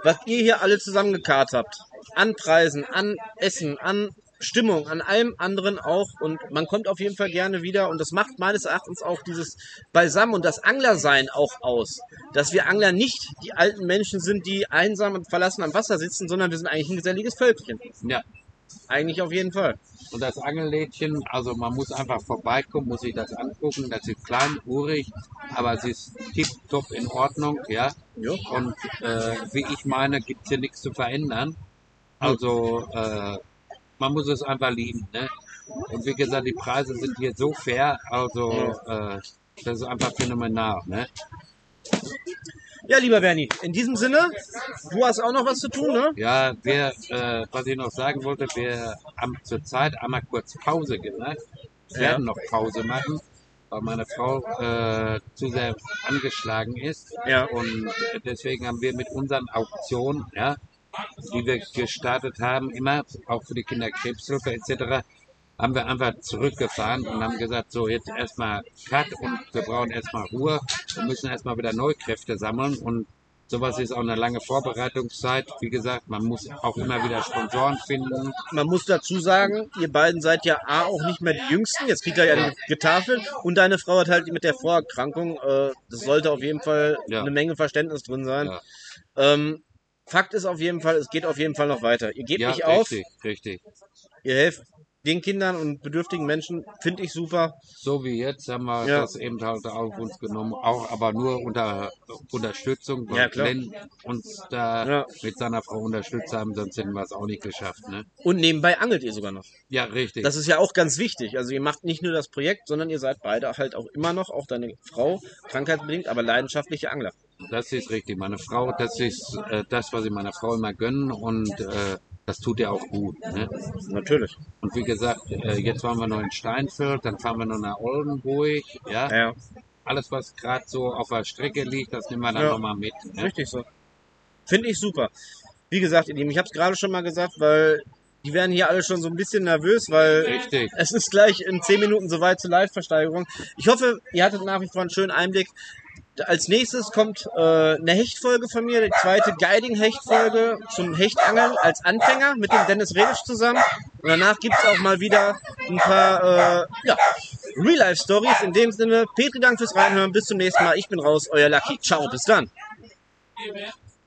Was ihr hier alle zusammengekarrt habt. An Preisen, an Essen, an Stimmung, an allem anderen auch. Und man kommt auf jeden Fall gerne wieder. Und das macht meines Erachtens auch dieses Beisammen und das Anglersein auch aus. Dass wir Angler nicht die alten Menschen sind, die einsam und verlassen am Wasser sitzen, sondern wir sind eigentlich ein geselliges Völkchen.
Ja.
Eigentlich auf jeden Fall.
Und das Angellädchen, also man muss einfach vorbeikommen, muss sich das angucken. Das ist klein, urig, aber es ist tipptopp in Ordnung, ja.
Jo.
Und äh, wie ich meine, gibt's hier nichts zu verändern. Also äh, man muss es einfach lieben, ne? Und wie gesagt, die Preise sind hier so fair, also äh, das ist einfach phänomenal, ne?
Ja, lieber Bernie, in diesem Sinne, du hast auch noch was zu tun, ne?
Ja, wir, äh, was ich noch sagen wollte, wir haben zurzeit einmal kurz Pause gemacht, werden noch Pause machen, weil meine Frau äh, zu sehr angeschlagen ist.
Ja.
Und deswegen haben wir mit unseren Auktionen, ja, die wir gestartet haben, immer auch für die Kinderkrebshilfe etc., haben wir einfach zurückgefahren und haben gesagt, so jetzt erstmal Cut und wir brauchen erstmal Ruhe, wir müssen erstmal wieder Neukräfte sammeln und sowas ist auch eine lange Vorbereitungszeit. Wie gesagt, man muss auch immer wieder Sponsoren finden.
Man muss dazu sagen, ihr beiden seid ja A, auch nicht mehr die Jüngsten, jetzt kriegt ihr ja eine getafelt und deine Frau hat halt mit der Vorerkrankung, äh, das sollte auf jeden Fall
Ja.
eine Menge Verständnis drin sein.
Ja.
Ähm, Fakt ist auf jeden Fall, es geht auf jeden Fall noch weiter. Ihr gebt
Ja,
nicht auf,
richtig, richtig.
ihr helft den Kindern und bedürftigen Menschen, finde ich super.
So wie jetzt haben wir
Ja.
das eben halt auf uns genommen, auch aber nur unter Unterstützung, weil
Ja, klar.
Glenn uns da
Ja.
mit seiner Frau unterstützt haben, sonst hätten wir es auch nicht geschafft. Ne?
Und nebenbei angelt ihr sogar noch.
Ja, richtig.
Das ist ja auch ganz wichtig. Also ihr macht nicht nur das Projekt, sondern ihr seid beide halt auch immer noch, auch deine Frau, krankheitsbedingt, aber leidenschaftliche Angler.
Das ist richtig. Meine Frau, das ist äh, das, was ich meiner Frau immer gönnen und äh, das tut ihr auch gut. Ne?
Natürlich.
Und wie gesagt, äh, jetzt waren wir noch in Steinfeld, dann fahren wir noch nach Oldenburg. Ja?
Ja,
Alles, was gerade so auf der Strecke liegt, das nehmen wir dann
Ja.
nochmal mit. Ne?
richtig so. Finde ich super. Wie gesagt, ihr Lieben, ich habe es gerade schon mal gesagt, weil die werden hier alle schon so ein bisschen nervös, weil
Richtig.
es ist gleich in 10 Minuten soweit zur Live-Versteigerung. Ich hoffe, ihr hattet nach wie vor einen schönen Einblick. Als nächstes kommt äh, eine Hechtfolge von mir, die zweite Guiding-Hechtfolge zum Hechtangeln als Anfänger mit dem Dennis Redisch zusammen. Und danach gibt's auch mal wieder ein paar äh, ja, Real-Life-Stories. In dem Sinne, Petri, danke fürs Reinhören. Bis zum nächsten Mal. Ich bin raus, euer Lucky. Ciao, bis dann.